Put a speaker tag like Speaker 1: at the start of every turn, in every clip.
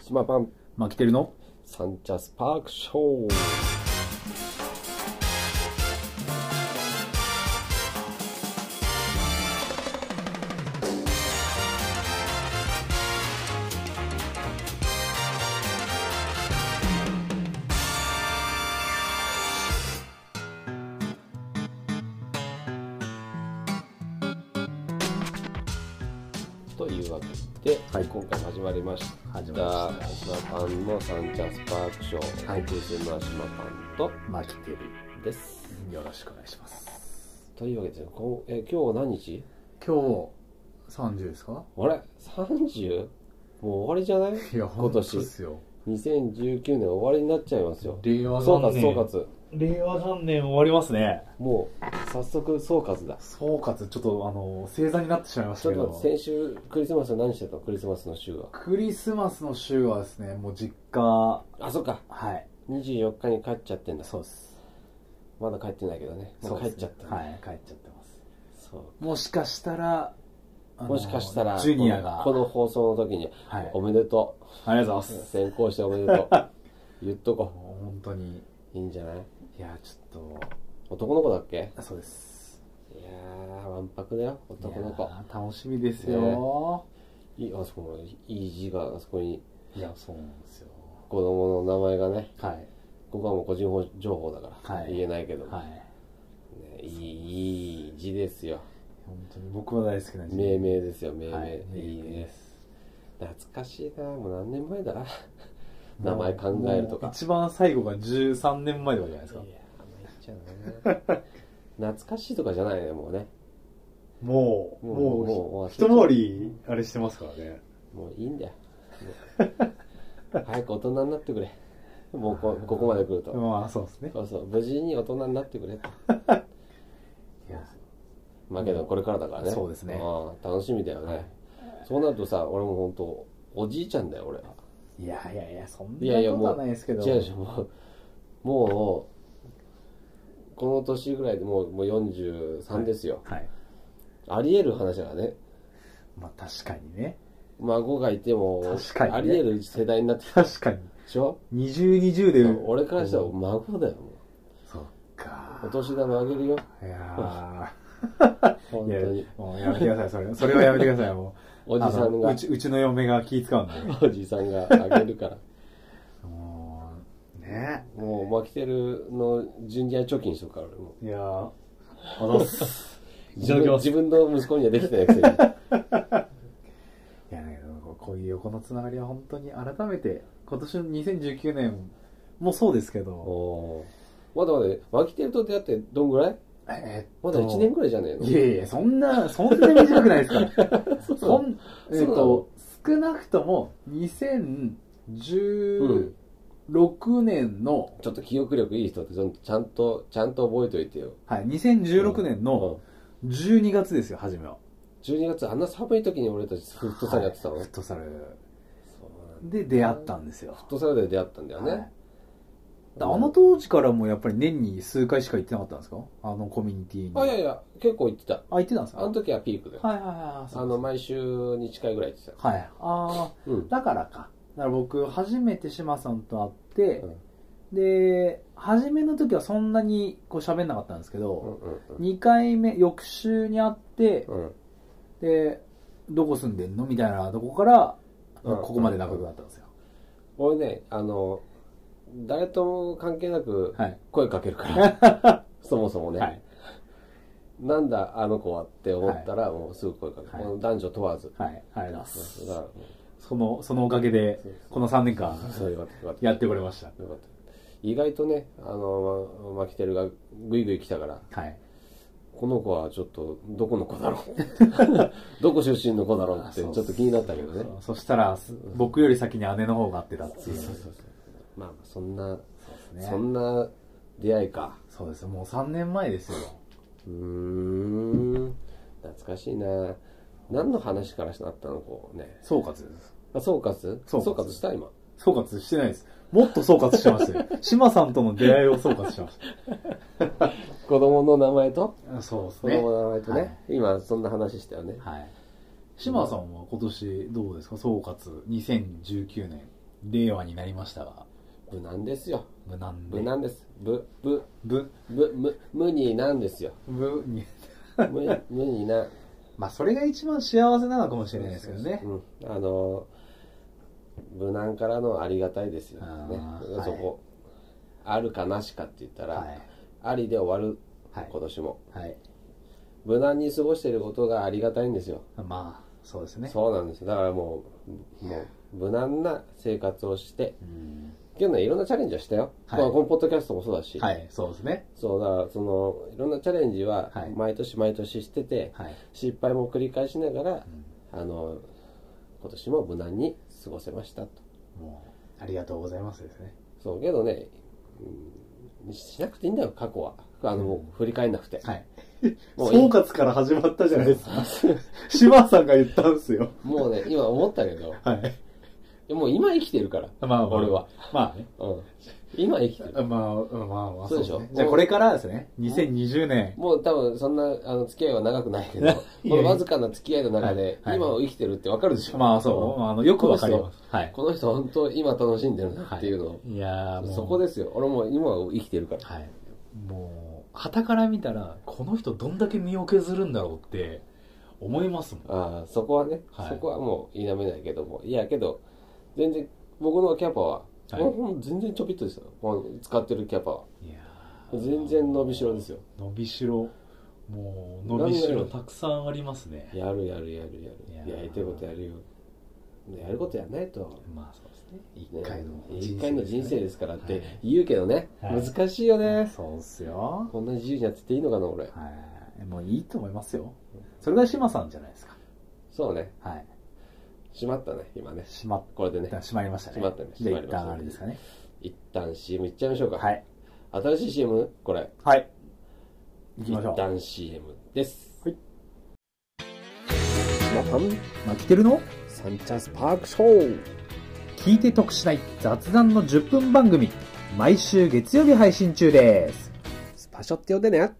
Speaker 1: 島版
Speaker 2: マキテルの
Speaker 1: サンチャスパークショーというわけで、
Speaker 2: はい
Speaker 1: 今回も始まりました
Speaker 2: 始まりまし
Speaker 1: 島パンのサンチャスパークショー、
Speaker 2: はい
Speaker 1: お送りするのは島パン
Speaker 2: マキテル
Speaker 1: とです
Speaker 2: よろしくお願いします
Speaker 1: というわけでこんえ今日何日
Speaker 2: 今日30ですか
Speaker 1: あれ 30? もう終わりじゃない
Speaker 2: いや
Speaker 1: 今
Speaker 2: 本当
Speaker 1: 年
Speaker 2: ですよ
Speaker 1: 2019年終わりになっちゃいますよ
Speaker 2: 令和
Speaker 1: 総
Speaker 2: 元
Speaker 1: 括
Speaker 2: 年
Speaker 1: 総括
Speaker 2: 令和元年終わりますね
Speaker 1: もう早速総括だ
Speaker 2: 総括ちょっとあの正座になってしまいまし
Speaker 1: ち
Speaker 2: た
Speaker 1: ょっ
Speaker 2: け
Speaker 1: と
Speaker 2: ど
Speaker 1: 待って先週クリスマスは何してたのクリスマスの週は
Speaker 2: クリスマスの週はですねもう実家は
Speaker 1: あそっか
Speaker 2: い
Speaker 1: 24日に帰っちゃってんだ
Speaker 2: そうです
Speaker 1: まだ帰ってないけどねもう帰っちゃった
Speaker 2: はい帰っちゃってます
Speaker 1: そう
Speaker 2: もしかしたらあの
Speaker 1: もしかしたら
Speaker 2: ジュニアが
Speaker 1: このこの放送の時に
Speaker 2: はい
Speaker 1: 「おめでと
Speaker 2: ありがとうご
Speaker 1: う
Speaker 2: ざいます
Speaker 1: 先行しておめでと う」言っとこ
Speaker 2: もう本当に
Speaker 1: ういいんじゃない
Speaker 2: いやちょっ
Speaker 1: 男の子だっけ
Speaker 2: とそうです
Speaker 1: いやーわんぱくだよ男の
Speaker 2: い
Speaker 1: 子
Speaker 2: やー楽しみです
Speaker 1: ね
Speaker 2: よ、
Speaker 1: いいあそこのいい字があそこに
Speaker 2: いやそうなんですよ
Speaker 1: 子供の名前がね
Speaker 2: はい
Speaker 1: ここはもう個人情報だから、
Speaker 2: はい
Speaker 1: 言えないけど、
Speaker 2: はい
Speaker 1: ね、いいいい字ですよ
Speaker 2: 本当に僕は大好きなん
Speaker 1: 命名ですよ命名、
Speaker 2: はい
Speaker 1: い、い
Speaker 2: 命名
Speaker 1: ね
Speaker 2: です
Speaker 1: 懐かしいなもう何年前だ名前考えると
Speaker 2: も
Speaker 1: か
Speaker 2: う一番最後が13年前とかじゃないですか
Speaker 1: いや甘いっちゃうな 懐かしいとかじゃないねもうね
Speaker 2: もう
Speaker 1: もう
Speaker 2: もう
Speaker 1: もう
Speaker 2: ひ一回りあれしてますからね
Speaker 1: もういいんだよもう早く大人になってくれもうこここまで来ると、
Speaker 2: まあそうですね
Speaker 1: そうそう無事に大人になってくれと
Speaker 2: いや
Speaker 1: まあけどこれからだからね、
Speaker 2: そうですね
Speaker 1: ああ楽しみだよね、
Speaker 2: はい
Speaker 1: そうなるとさ俺も本当おじいちゃんだよ俺はい
Speaker 2: やいやいやそん
Speaker 1: いやい
Speaker 2: な
Speaker 1: や
Speaker 2: こ
Speaker 1: もう
Speaker 2: とはないですけど
Speaker 1: 違うでしょもうもうこの年ぐらいでもうもう43ですよ、
Speaker 2: はい
Speaker 1: ありえる話だからね
Speaker 2: まあ確かにね
Speaker 1: 孫がいても、
Speaker 2: 確かにね
Speaker 1: ありえる世代になってきたで
Speaker 2: 確かに
Speaker 1: しょ
Speaker 2: 2020で
Speaker 1: 俺からしたら孫だよも
Speaker 2: そっか
Speaker 1: うお年玉あげるよ
Speaker 2: いや
Speaker 1: 本当
Speaker 2: ーいや
Speaker 1: に
Speaker 2: もうやめてくださいそれそれはやめてくださいもう
Speaker 1: おじさ
Speaker 2: あ
Speaker 1: ん
Speaker 2: の
Speaker 1: が
Speaker 2: うちうちの嫁が気使うんで
Speaker 1: おじさんがあげるから
Speaker 2: もうね
Speaker 1: もうマキテルのジュニア貯金しとくから俺も
Speaker 2: い やーあざっすい
Speaker 1: 自
Speaker 2: ただき
Speaker 1: 分
Speaker 2: ます
Speaker 1: 自
Speaker 2: い
Speaker 1: 分の息子にはできてないくせに
Speaker 2: やだけどこうこういう横のつながりは本当に改めて今年の2019年もそうですけど
Speaker 1: おーまだまだマキテルと出会ってどんぐらい
Speaker 2: えーっ
Speaker 1: ま
Speaker 2: と
Speaker 1: だ1年ぐらいじゃねえの
Speaker 2: いやいやそんなそんな短くないです かそん
Speaker 1: そう
Speaker 2: え
Speaker 1: な
Speaker 2: ーっ
Speaker 1: の
Speaker 2: と少なくとも2016年の、
Speaker 1: ちょっと記憶力いい人ってちょっとちゃんとちゃんと覚えておいてよ
Speaker 2: はい2016年の12月ですよ初めは
Speaker 1: 12月あんな寒い時に俺たちフットサルやってたの、
Speaker 2: はいフットサル
Speaker 1: そうなんだ
Speaker 2: で出会ったんですよ
Speaker 1: フットサルで出会ったんだよね、
Speaker 2: はいだあの当時からもやっぱり年に数回しか行ってなかったんですかあのコミュニティに
Speaker 1: あいやいや結構行ってた
Speaker 2: あ行ってたんですか
Speaker 1: あの時はピークで、
Speaker 2: はいはいはいそ
Speaker 1: あ
Speaker 2: うで
Speaker 1: の毎週に近いぐらい行ってた
Speaker 2: すはいああ
Speaker 1: うん
Speaker 2: だからかだから僕初めて志麻さんと会って
Speaker 1: うん、
Speaker 2: で初めの時はそんなにこう喋んなかったんですけ
Speaker 1: う
Speaker 2: ど、
Speaker 1: んうん
Speaker 2: 2回目翌週に会って
Speaker 1: うんうん
Speaker 2: でどこ住んでんのみたいなとこから、
Speaker 1: うん
Speaker 2: ここまで仲良くなったんですよ、
Speaker 1: 俺ねあの誰とも関係なく
Speaker 2: はい
Speaker 1: 声かけるから、 そもそもね、
Speaker 2: はい
Speaker 1: なんだあの子はって思ったら、もうすぐ声かける、
Speaker 2: はい
Speaker 1: この男女問わず、
Speaker 2: はいありがとうございます
Speaker 1: だからもう
Speaker 2: そのそのおかげで
Speaker 1: そう
Speaker 2: この3年間
Speaker 1: そうよかったよかった
Speaker 2: やってこれました
Speaker 1: よかった意外とねあのまマキテルがグイグイ来たから
Speaker 2: はい
Speaker 1: この子はちょっとどこの子だろ うどこ出身の子だろうってちょっと気になったけどね
Speaker 2: そうそしたらす僕より先に姉の方が会ってたって
Speaker 1: そ
Speaker 2: いうう
Speaker 1: そうそうまあまあそんな
Speaker 2: ね
Speaker 1: そんな出会いか
Speaker 2: そうですよもう3年前ですよ
Speaker 1: うーん懐かしいな何の話からなったのこうね
Speaker 2: 総括です
Speaker 1: あ総括
Speaker 2: 総括
Speaker 1: した今
Speaker 2: 総括してないですもっと総括してました よ島さんとの出会いを総括してまし
Speaker 1: 子供の名前と
Speaker 2: たそうです
Speaker 1: 子供の名前とね
Speaker 2: はい
Speaker 1: 今そんな話したよね
Speaker 2: はい島さんは今年どうですか総括2019年令和になりましたが
Speaker 1: 無難ですよ
Speaker 2: 無難で
Speaker 1: 無難ですぶぶ
Speaker 2: ぶ
Speaker 1: ぶむ無になんですよ
Speaker 2: ぶに
Speaker 1: 無 に無にな
Speaker 2: まあそれが一番幸せなのかもしれないですけどね
Speaker 1: うん、あの無難からのありがたいですよね
Speaker 2: あー
Speaker 1: そこ、あるかなしかって言ったら、
Speaker 2: はい
Speaker 1: ありで終わる、
Speaker 2: はい
Speaker 1: 今年も
Speaker 2: はい
Speaker 1: 無難に過ごしていることがありがたいんですよ、
Speaker 2: まあそうですね
Speaker 1: そうなんですよだからもうもう無難な生活をして
Speaker 2: うん
Speaker 1: 今日ねいろんなチャレンジをしたよ、
Speaker 2: はい
Speaker 1: まあこのポッドキャストもそうだし、
Speaker 2: はいそうですね
Speaker 1: そうだからそのいろんなチャレンジは
Speaker 2: はい
Speaker 1: 毎年毎年してて、
Speaker 2: はい
Speaker 1: 失敗も繰り返しながら、あの今年も無難に過ごせましたと
Speaker 2: もうありがとうございますですね
Speaker 1: そうけどね、うん、しなくていいんだよ過去はあの、もう振り返んなくて、
Speaker 2: はい
Speaker 1: もういい
Speaker 2: 総括から始まったじゃないですか 島さんが言ったんですよ
Speaker 1: もうね今思ったけど
Speaker 2: はい
Speaker 1: もう今生きてるから、
Speaker 2: まあ、
Speaker 1: 俺は、
Speaker 2: まあね
Speaker 1: うん、今生きてる
Speaker 2: まあまあまあ
Speaker 1: そうでしょ
Speaker 2: すねじゃあこれからですね2020年
Speaker 1: もう多分そんなあの付き合いは長く ないけどこのわずかな付き合いの中で、
Speaker 2: はいはい
Speaker 1: 今を生きてるってわかるでしょ
Speaker 2: まあそう、あのよくわかります。はい。
Speaker 1: この人本当今楽しんでるなっていうのを、
Speaker 2: いやーもう
Speaker 1: そこですよ俺もう今を生きてるから
Speaker 2: はい。もう、傍から見たら、この人どんだけ身を削るんだろうって思いますもん。
Speaker 1: ああそこはね、
Speaker 2: はい
Speaker 1: そこはもう否めないけどもいやけど全然僕のキャパは、
Speaker 2: はい
Speaker 1: もう全然ちょびっとですよもう使ってるキャパはい
Speaker 2: やー
Speaker 1: 全然伸びしろですよ
Speaker 2: 伸びしろ、もう伸びしろたくさんありますね。
Speaker 1: やるやるやるや
Speaker 2: いや
Speaker 1: る
Speaker 2: ー
Speaker 1: やりたいことやるよやることやんないと、
Speaker 2: まあそうですね。一
Speaker 1: ね
Speaker 2: 回の人生、
Speaker 1: 一回の人生ですからっ
Speaker 2: はい
Speaker 1: て言うけどね、
Speaker 2: はい
Speaker 1: 難しいよね、
Speaker 2: そうっすよ。
Speaker 1: こんな自由にやってていいのかな俺
Speaker 2: はい。もういいと思いますよ。それが島さんじゃないですか。
Speaker 1: そうね
Speaker 2: はい。
Speaker 1: しまったね今ね
Speaker 2: しまっ
Speaker 1: これでね
Speaker 2: た、しまりましたね。
Speaker 1: しまったね
Speaker 2: じゃ
Speaker 1: しまり
Speaker 2: あ
Speaker 1: まし
Speaker 2: 一
Speaker 1: たね
Speaker 2: 旦あれですかね。
Speaker 1: 一旦 CM いっちゃいましょうか、
Speaker 2: はい。
Speaker 1: 新しい CM これ
Speaker 2: はい。行き
Speaker 1: 一
Speaker 2: ましょう。
Speaker 1: 旦 CM です
Speaker 2: はい
Speaker 1: 島さん
Speaker 2: まあ、来てるの
Speaker 1: サンチャスパークショー
Speaker 2: 聞いて得しない雑談の10分番組毎週月曜日配信中です
Speaker 1: スパショって呼んでね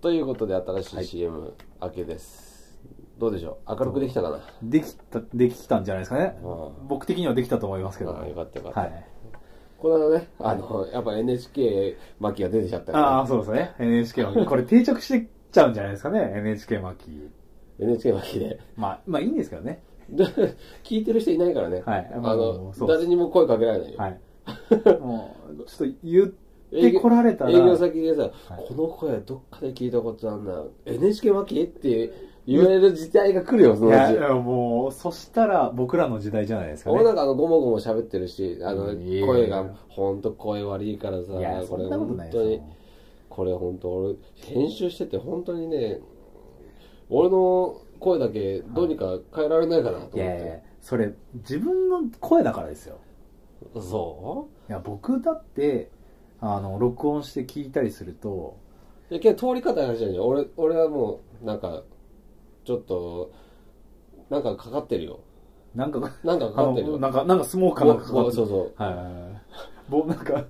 Speaker 1: ということで新しい CM 明けです、どうでしょう明るくできたかな
Speaker 2: できたできたんじゃないですかね
Speaker 1: うん
Speaker 2: 僕的にはできたと思いますけど
Speaker 1: ああよかったよかった、
Speaker 2: はい
Speaker 1: この間ねあのやっぱ NHK 巻きが出てきちゃったから
Speaker 2: ああそうですね NHK はこれ定着してっちゃうんじゃないですかね NHK 巻き
Speaker 1: NHK 巻きで
Speaker 2: まあまあいいんですけどね
Speaker 1: 聞いてる人いないからね、
Speaker 2: はい
Speaker 1: あ
Speaker 2: も
Speaker 1: の
Speaker 2: うそうです
Speaker 1: 誰にも声かけられないよ、
Speaker 2: はいもうちょっと言ってこられたら
Speaker 1: 営業先でさ、
Speaker 2: はい
Speaker 1: この声どっかで聞いたことあんな NHK 巻きって言われる時代が来るよそ
Speaker 2: い
Speaker 1: のう
Speaker 2: やい
Speaker 1: ち
Speaker 2: やもうそしたら僕らの時代じゃないですかね
Speaker 1: 俺なんかあのごもごも喋ってるしあの
Speaker 2: いや
Speaker 1: 声がほんと声悪いからさ
Speaker 2: いやそ
Speaker 1: これ
Speaker 2: んなことな
Speaker 1: 本
Speaker 2: いです
Speaker 1: 当に
Speaker 2: よ
Speaker 1: これ本当俺編集してて本当にね俺の声だけどうにか変えられないかなと思って、
Speaker 2: いやいやそれ自分の声だからですよ
Speaker 1: そ
Speaker 2: いや僕だってあの録音して聞いたりすると
Speaker 1: ういやけど通り方が違うじゃん俺俺はもうなんかちょっとなんかかかってるよ
Speaker 2: なんか
Speaker 1: なんかかかってるよ
Speaker 2: あのなんかなんかスモーカーなんかかか
Speaker 1: おお
Speaker 2: って
Speaker 1: そうそう
Speaker 2: はいはいはいぼなんか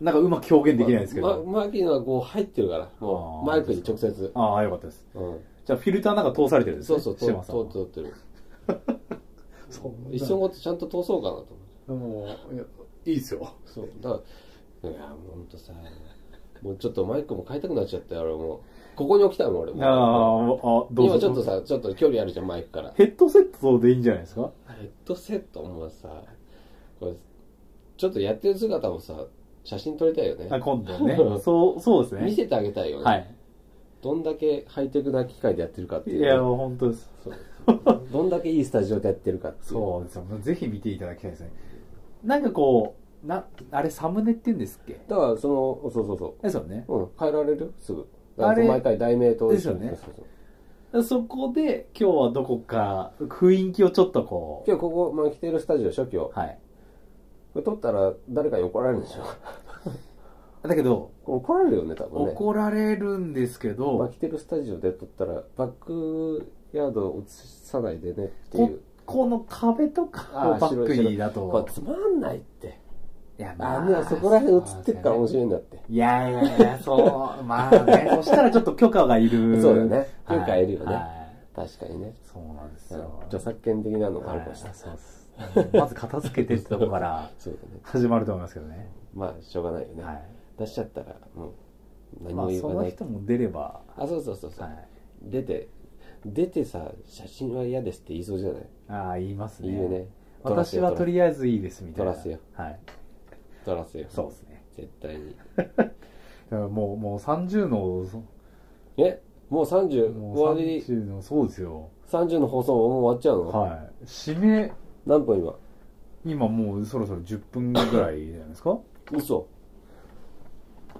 Speaker 2: なんかうまく表現できないですけど、
Speaker 1: ま、マーキーのはこう入ってるからもう
Speaker 2: あー
Speaker 1: マイクに直接、
Speaker 2: ああよかったです
Speaker 1: うん、
Speaker 2: じゃあフィルターなんか通されてるんです
Speaker 1: そ
Speaker 2: ね
Speaker 1: うそう通
Speaker 2: 志
Speaker 1: 通
Speaker 2: 麻さんは
Speaker 1: 通ってる
Speaker 2: そう
Speaker 1: 一緒のことちゃんと通そうかなと思って
Speaker 2: もういやいいですよ
Speaker 1: そうだからいやもうほんとさもうちょっとマイクも変えたくなっちゃったよ俺もうここに置きたいもん俺
Speaker 2: あああ
Speaker 1: も
Speaker 2: あど
Speaker 1: 今
Speaker 2: うぞ
Speaker 1: ちょっとさちょっと距離あるじゃんマイクから
Speaker 2: ヘッドセットでいいんじゃないですか
Speaker 1: ヘッドセットもさこれちょっとやってる姿もさ写真撮りたいよね
Speaker 2: あ今度ねそうそうです
Speaker 1: 見
Speaker 2: ね
Speaker 1: せてあげたいよね、
Speaker 2: はい
Speaker 1: どんだけハイテクな機械でやってるかっていう
Speaker 2: い
Speaker 1: ね
Speaker 2: やもう本当です
Speaker 1: そうどんだけいいスタジオでやってるかっていう
Speaker 2: そうですよ。ぜひ見ていただきたいですね。なんかこう、な、あれサムネって言うんですっけ
Speaker 1: だからそのそうそうそ
Speaker 2: ですよね。
Speaker 1: う、うん、変えられるすぐ
Speaker 2: あれ
Speaker 1: 毎回題名と
Speaker 2: ですよね
Speaker 1: そうそうそう
Speaker 2: そこで今日はどこか雰囲気をちょっとこ
Speaker 1: 今日ここ、まあ、来てるスタジオ初期を
Speaker 2: う、はい。
Speaker 1: これ撮ったら誰かに怒られるんでしょ
Speaker 2: だけど、
Speaker 1: これ 怒られるよね多分ね
Speaker 2: 怒られるんですけ
Speaker 1: まあ、
Speaker 2: ど、
Speaker 1: 来てるスタジオで撮ったらバックヤードを映さないでねってい
Speaker 2: こ
Speaker 1: う
Speaker 2: この壁とかを
Speaker 1: あー
Speaker 2: バックにだ
Speaker 1: これ
Speaker 2: と、
Speaker 1: つまんないって
Speaker 2: いや、
Speaker 1: あんなそこら辺映ってるから面
Speaker 2: い。
Speaker 1: 白いんだって。
Speaker 2: いやいやいや、そう、ま あね、そしたらちょっと許可がいる。
Speaker 1: そうだよね
Speaker 2: はい
Speaker 1: 許可いるよね
Speaker 2: はい
Speaker 1: 確かにね。
Speaker 2: そうなんです
Speaker 1: あの
Speaker 2: よ。
Speaker 1: 著作権的なのがあるかもしれ
Speaker 2: は
Speaker 1: ないい。
Speaker 2: そうですまず片付けてってとこ から
Speaker 1: そうだね。
Speaker 2: 始まると思いますけどね。
Speaker 1: まあ、しょうがないよね。
Speaker 2: は
Speaker 1: 出しちゃったら、もう、
Speaker 2: い。
Speaker 1: 何
Speaker 2: ま
Speaker 1: も
Speaker 2: あ、
Speaker 1: 言
Speaker 2: そ
Speaker 1: わな
Speaker 2: の
Speaker 1: い。
Speaker 2: 人も出れば、
Speaker 1: あ、そうそうそうそう、
Speaker 2: はい。
Speaker 1: 出て、出てさ、写真は嫌ですって言いそうじゃない
Speaker 2: ああ、言いますね。
Speaker 1: 言うね。
Speaker 2: 私はとりあえずいいですみたいな。
Speaker 1: 撮らせよ
Speaker 2: はい。
Speaker 1: 取らせよ。
Speaker 2: そうですね。
Speaker 1: 絶対に。
Speaker 2: だからもう、もう30の、そ
Speaker 1: えもう 30?
Speaker 2: もう
Speaker 1: 終わり、
Speaker 2: 30の、そうですよ。
Speaker 1: 30の放送ももう終わっちゃうの、
Speaker 2: はい。締め、
Speaker 1: 何分今
Speaker 2: 今もうそろそろ10分ぐらいじゃないですか
Speaker 1: 嘘。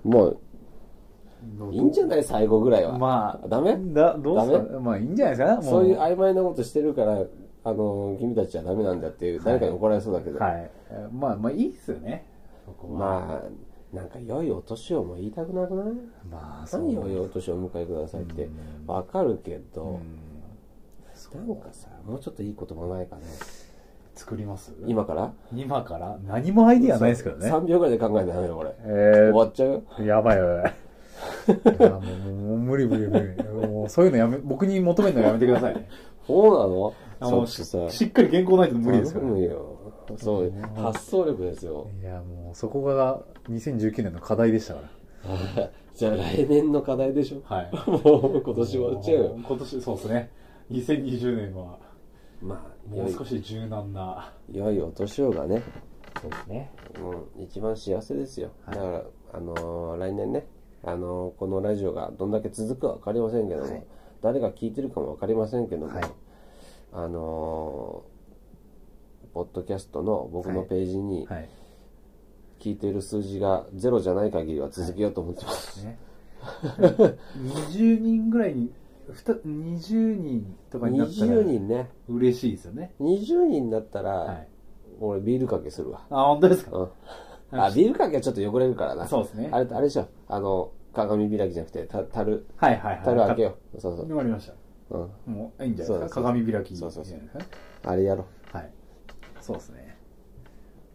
Speaker 1: もう、いいんじゃ
Speaker 2: ない
Speaker 1: ない最後ぐらいは。
Speaker 2: まあ、
Speaker 1: ダメ
Speaker 2: だどうす
Speaker 1: ダ
Speaker 2: かまあいいんじゃないですかも
Speaker 1: そういう曖昧なことしてるから、あの、君たちはダメなんだっていう、誰かに怒られそうだけど。
Speaker 2: はい。えまあまあいいっすよね。そこは。
Speaker 1: まあ、なんか良いお年をも言いたくなくない
Speaker 2: まあ、
Speaker 1: 何良い
Speaker 2: よ。
Speaker 1: お年をお迎えくださいって
Speaker 2: うん
Speaker 1: わかるけ
Speaker 2: う
Speaker 1: ど、
Speaker 2: ん
Speaker 1: なんかさ、もうちょっといい言葉ないかね。
Speaker 2: 作ります
Speaker 1: 今から
Speaker 2: 今から何もアイディアないですけどね。
Speaker 1: 3秒ぐらいで考えないよ、これ。
Speaker 2: え
Speaker 1: 終
Speaker 2: ー
Speaker 1: わっちゃうよ。
Speaker 2: やばいやばい。いやもうもう無理無理無理。もうそういうのやめ、僕に求めるのやめてくださいね。
Speaker 1: そうな
Speaker 2: あ
Speaker 1: の
Speaker 2: もう
Speaker 1: ちょっとさ、
Speaker 2: しっかり原稿ないと無理ですから。
Speaker 1: 頼むよ。そう、発想力ですよ。
Speaker 2: いや、もうそこが2019年の課題でしたから。
Speaker 1: じゃあ来年の課題でしょ
Speaker 2: はい。
Speaker 1: もう今年は終わっちゃうよ。
Speaker 2: 今年、そうですね。2020年は、
Speaker 1: まあ、
Speaker 2: も
Speaker 1: 良
Speaker 2: う
Speaker 1: い
Speaker 2: 少し柔軟な。
Speaker 1: 良いお年をがね、
Speaker 2: そうですね。
Speaker 1: うん、一番幸せですよ。
Speaker 2: はい
Speaker 1: だから、あのー来年ね、あのーこのラジオがどんだけ続くかわかりませんけども、
Speaker 2: はい
Speaker 1: 誰が聞いてるかもわかりませんけども、
Speaker 2: はい
Speaker 1: あのーポッドキャストの僕の
Speaker 2: はい
Speaker 1: ページに
Speaker 2: はい。
Speaker 1: 聞いてる数字がゼロじゃない限りは続けようと思ってます。
Speaker 2: ね、20人ぐらいに、ふた20人とかになったら
Speaker 1: 20人ね、
Speaker 2: 嬉しいですよね。
Speaker 1: 20人だったら、
Speaker 2: はい。
Speaker 1: 俺ビールかけするわ。
Speaker 2: あ、本当ですか
Speaker 1: うんあ、ビールかけはちょっと汚れるからな。
Speaker 2: そうですね
Speaker 1: あれ、あれでしょ。あの、鏡開きじゃなくて、た、樽、
Speaker 2: はいはいはい。
Speaker 1: 樽開けよう。そう
Speaker 2: わかりました。
Speaker 1: そう。うん。
Speaker 2: もういいんじゃないですか
Speaker 1: そうそうそう
Speaker 2: 鏡開き
Speaker 1: そうそうそう
Speaker 2: いいんじゃないです
Speaker 1: あれやろ
Speaker 2: かはいそうですね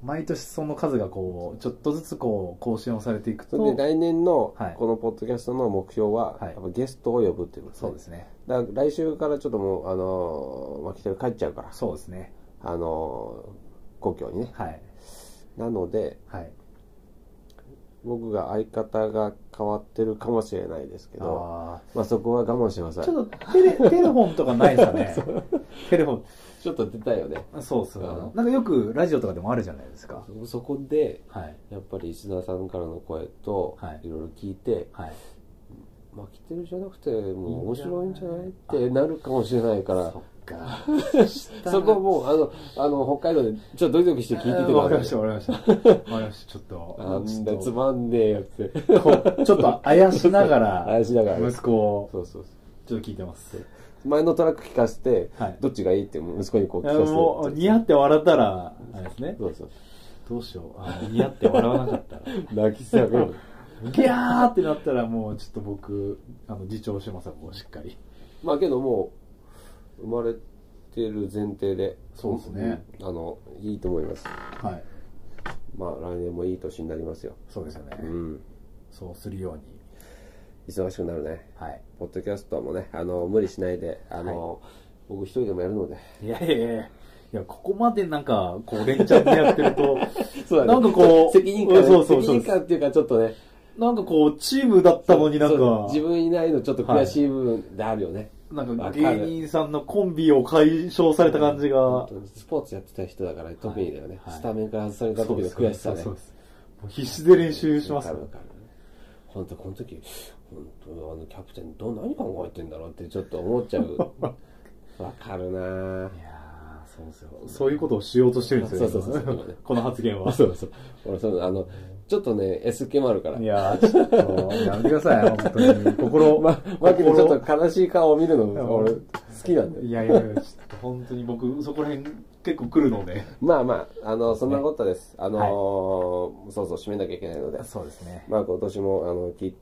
Speaker 2: 毎年その数がこうちょっとずつこう更新をされていく
Speaker 1: う。それ
Speaker 2: と
Speaker 1: で来年の
Speaker 2: はい、
Speaker 1: このポッドキャストの目標は、
Speaker 2: はい
Speaker 1: やっぱゲストを呼ぶっていうこと。
Speaker 2: そうですすね
Speaker 1: だから来週からちょっともう、あのー、まあ、北に帰っちゃうから、
Speaker 2: そうですね
Speaker 1: あのー、故郷にね。
Speaker 2: はい
Speaker 1: なので、
Speaker 2: はい
Speaker 1: 僕が相方が変わってるかもしれないですけど、
Speaker 2: あ
Speaker 1: まあ、そこは我慢してくださ
Speaker 2: あ
Speaker 1: い。
Speaker 2: ちょっとテレテレフォンとかないですか ねテレフォ
Speaker 1: ちょっと出たいよね。
Speaker 2: ンそうそう
Speaker 1: うん
Speaker 2: なんかよくラジオとかでもあるじゃないですか
Speaker 1: そそこで、
Speaker 2: はい
Speaker 1: やっぱり石田さんからの声と
Speaker 2: はい
Speaker 1: いろいろ聞いて、
Speaker 2: はい
Speaker 1: まあ、来てるじゃなくてもう
Speaker 2: い
Speaker 1: 面
Speaker 2: いんじゃない
Speaker 1: 白いんじゃないってなるかもしれないから
Speaker 2: そ
Speaker 1: そ
Speaker 2: っ か
Speaker 1: こはもうあのあの北海道でちょっとドキドキして聞いてて
Speaker 2: わかり
Speaker 1: く
Speaker 2: ま
Speaker 1: だ
Speaker 2: し
Speaker 1: さ
Speaker 2: た
Speaker 1: い
Speaker 2: わかりましたわかりましたちょっと
Speaker 1: あん
Speaker 2: ちょ
Speaker 1: な
Speaker 2: っ
Speaker 1: つ
Speaker 2: と
Speaker 1: まんねえやつって
Speaker 2: こうちょっとあやしな がら
Speaker 1: あやしながら
Speaker 2: 息子を
Speaker 1: そうそうそ
Speaker 2: ちょっと聞いてます
Speaker 1: う前のトラック聞かせて、
Speaker 2: はい
Speaker 1: どっちがいいって息子にこう聞
Speaker 2: あ
Speaker 1: か
Speaker 2: の
Speaker 1: せて
Speaker 2: もう、似合って笑ったら、あれですね。
Speaker 1: そうそう
Speaker 2: どうしよう。あの似合って笑わなかった ら。
Speaker 1: 泣き叫 ぶ
Speaker 2: ギャーってなったら、もう、ちょっと僕、あの、自重しますもうしっかり。
Speaker 1: まあけどもう生まれてる前提で
Speaker 2: そうですね
Speaker 1: あのいいと思います
Speaker 2: はい。
Speaker 1: まあ来年もいい年になりますよ
Speaker 2: そうですよね。
Speaker 1: うん
Speaker 2: そうするように。
Speaker 1: 忙しくなるね
Speaker 2: はい。
Speaker 1: ポッドキャストもね、あの、無理しないで、あの、僕一人でもやるので。、
Speaker 2: いやいやいやいや、ここまでなんか、こう、連チャンでやってるとなんかこう、
Speaker 1: 責任感、
Speaker 2: そうそうそ
Speaker 1: 責任感
Speaker 2: う。
Speaker 1: っていうか、ちょっとね、
Speaker 2: なんかこう、チームだったのになん
Speaker 1: そう
Speaker 2: か、
Speaker 1: 自分いないのちょっと悔しい部分であるよね。
Speaker 2: なん
Speaker 1: わ
Speaker 2: か
Speaker 1: かる
Speaker 2: 芸人さんのコンビを解消された感じが
Speaker 1: 本、当にスポーツやってた人だから特にだよね。
Speaker 2: はい
Speaker 1: スタメンから外された時の悔しさね。
Speaker 2: そうですもう必死で練習しま
Speaker 1: わ
Speaker 2: す
Speaker 1: かるわかる本当この時、本当あのキャプテンどう何考えてんだろうってちょっと思っちゃう。 わかるなぁ
Speaker 2: いやーそうですよ。そういうことをしようとしてるんですよ。
Speaker 1: そうそうそう
Speaker 2: 今この発言は。
Speaker 1: そうそう。俺そうあの、ちょっとね、S 気もあるから
Speaker 2: い。やーちょっと、やめてください、本当に。心、
Speaker 1: ま、マキのちょっ
Speaker 2: 心
Speaker 1: と悲しい顔を見るの、
Speaker 2: や
Speaker 1: 俺、好きなんだよ。
Speaker 2: いやいや、ちょっと本当に僕、そこら辺結構来るので。
Speaker 1: まあまあ、あの、そんなことです。あのーそうそう、締めなきゃいけないので。
Speaker 2: そうですね。
Speaker 1: まあ今年も、あの、き、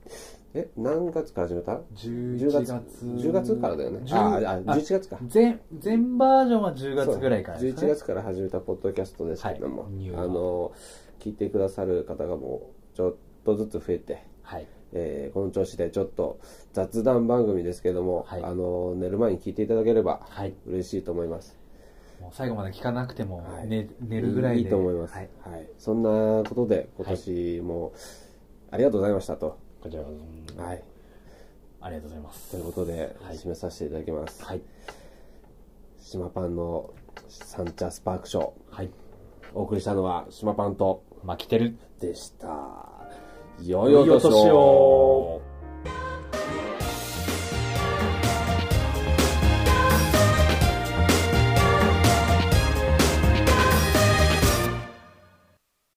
Speaker 1: え、何月から始めた
Speaker 2: 11月。
Speaker 1: 10月からだよね。あ、あ、11月か。
Speaker 2: 全、全バージョンは10月ぐらいから
Speaker 1: そう
Speaker 2: です
Speaker 1: 11
Speaker 2: ね。
Speaker 1: 月から始めたポッドキャストですけども、
Speaker 2: はいニュー
Speaker 1: あのー聞いてくださる方がもうちょっとずつ増えて、
Speaker 2: はい。
Speaker 1: えーこの調子でちょっと雑談番組ですけども、
Speaker 2: はい
Speaker 1: あの寝る前に聞いていただければ
Speaker 2: はい。
Speaker 1: 嬉しいと思います
Speaker 2: もう最後まで聞かなくても、
Speaker 1: はい
Speaker 2: 寝寝るぐらいで。
Speaker 1: いいと思います、
Speaker 2: は
Speaker 1: はい
Speaker 2: い。
Speaker 1: そんなことで今年もありがとうございましたと、
Speaker 2: こちらこそ
Speaker 1: はい、
Speaker 2: ありがとうございます。
Speaker 1: ということで
Speaker 2: はい
Speaker 1: 締めさせていただきます、
Speaker 2: はい。
Speaker 1: 島パンのサンチャスパークショー
Speaker 2: はい。
Speaker 1: お送りしたのは島パンと
Speaker 2: まあ、来てる。
Speaker 1: でした良いお年を